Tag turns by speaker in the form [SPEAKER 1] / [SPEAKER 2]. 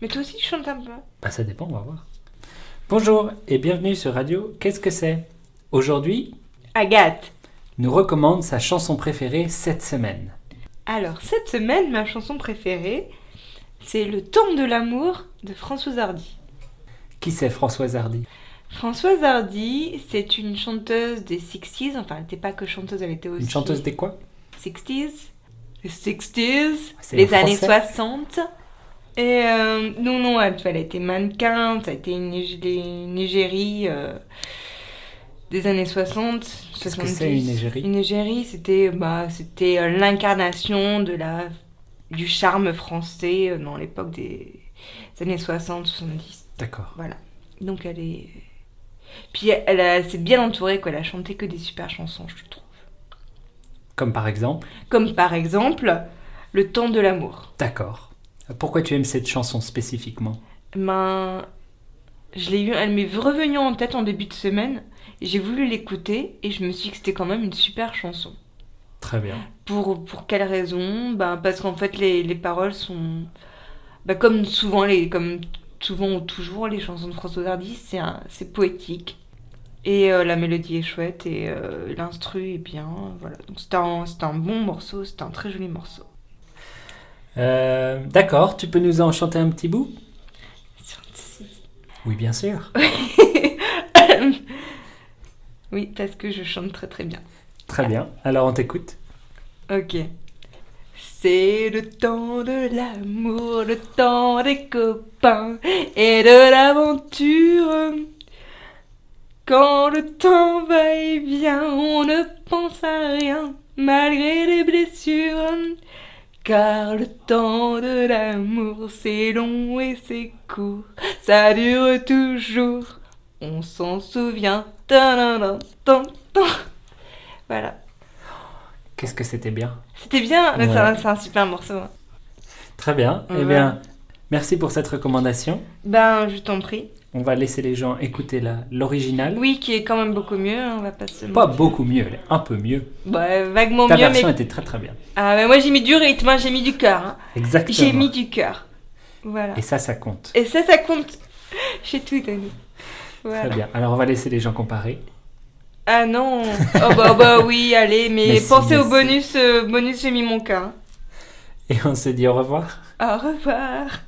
[SPEAKER 1] Mais toi aussi, tu chantes un peu.
[SPEAKER 2] Bah, ça dépend, on va voir. Bonjour et bienvenue sur Radio Qu'est-ce que c'est Aujourd'hui,
[SPEAKER 1] Agathe.
[SPEAKER 2] nous recommande sa chanson préférée cette semaine.
[SPEAKER 1] Alors, cette semaine, ma chanson préférée, c'est Le temps de l'amour de Françoise Hardy.
[SPEAKER 2] Qui c'est Françoise Hardy
[SPEAKER 1] Françoise Hardy, c'est une chanteuse des 60s. Enfin, elle n'était pas que chanteuse, elle était aussi.
[SPEAKER 2] Une chanteuse des quoi
[SPEAKER 1] 60s. Les 60s.
[SPEAKER 2] C'est
[SPEAKER 1] Les
[SPEAKER 2] le
[SPEAKER 1] années
[SPEAKER 2] français.
[SPEAKER 1] 60. Et euh, non, non, elle, elle a été mannequin, ça a été une, Nige- les Nigérie euh, des années 60.
[SPEAKER 2] Qu'est-ce que c'est une
[SPEAKER 1] 70.
[SPEAKER 2] égérie
[SPEAKER 1] Une égérie, c'était bah, c'était euh, l'incarnation de la du charme français euh, dans l'époque des années 60 70.
[SPEAKER 2] D'accord.
[SPEAKER 1] Voilà. Donc elle est puis elle, elle a- s'est bien entourée quoi, elle a chanté que des super chansons, je trouve.
[SPEAKER 2] Comme par exemple
[SPEAKER 1] Comme par exemple Le temps de l'amour.
[SPEAKER 2] D'accord. Pourquoi tu aimes cette chanson spécifiquement
[SPEAKER 1] Ben je l'ai eu elle m'est revenue en tête en début de semaine, et j'ai voulu l'écouter et je me suis dit que c'était quand même une super chanson.
[SPEAKER 2] Très bien.
[SPEAKER 1] Pour, pour quelle raison ben, Parce qu'en fait, les, les paroles sont. ben, comme souvent, les, comme souvent ou toujours, les chansons de François Hardy, c'est un- c'est poétique. Et euh, la mélodie est chouette et euh, l'instru est bien. Voilà. Donc c'est un, c'est un bon morceau, c'est un très joli morceau.
[SPEAKER 2] Euh, D'accord, tu peux nous en chanter un petit bout Oui, bien sûr.
[SPEAKER 1] oui, parce que je chante très très bien.
[SPEAKER 2] Très bien. Alors on t'écoute.
[SPEAKER 1] Ok. C'est le temps de l'amour, le temps des copains et de l'aventure. Quand le temps va et vient, on ne pense à rien malgré les blessures. Car le temps de l'amour, c'est long et c'est court, ça dure toujours. On s'en souvient. Tadadam, tan, tan. Voilà.
[SPEAKER 2] Qu'est-ce que c'était bien
[SPEAKER 1] C'était bien, mais
[SPEAKER 2] Ouais.
[SPEAKER 1] c'est un- c'est un, super morceau. hein.
[SPEAKER 2] Très bien. Eh
[SPEAKER 1] Ouais.
[SPEAKER 2] bien, merci pour cette recommandation.
[SPEAKER 1] Ben, je t'en prie.
[SPEAKER 2] On va laisser les gens écouter la- l'original.
[SPEAKER 1] Oui, qui est quand même beaucoup mieux, hein, on va pas se...
[SPEAKER 2] Pas beaucoup mieux, elle est un peu mieux.
[SPEAKER 1] Ouais, vaguement
[SPEAKER 2] Ta
[SPEAKER 1] mieux,
[SPEAKER 2] version
[SPEAKER 1] mais...
[SPEAKER 2] était très très bien.
[SPEAKER 1] Ah, mais moi j'ai mis du rythme, hein, j'ai mis du cœur. hein.
[SPEAKER 2] Exactement.
[SPEAKER 1] J'ai mis du cœur. Voilà.
[SPEAKER 2] Et ça, ça compte.
[SPEAKER 1] Et ça, ça compte. J'ai tout donné. Voilà.
[SPEAKER 2] Très bien. Alors on va laisser les gens comparer.
[SPEAKER 1] Ah non Oh bah, bah oui, allez, mais,
[SPEAKER 2] Mais si,
[SPEAKER 1] pensez
[SPEAKER 2] mais
[SPEAKER 1] au
[SPEAKER 2] si.
[SPEAKER 1] bonus, euh, bonus j'ai mis mon cœur.
[SPEAKER 2] Et on se dit au revoir.
[SPEAKER 1] hein. Au revoir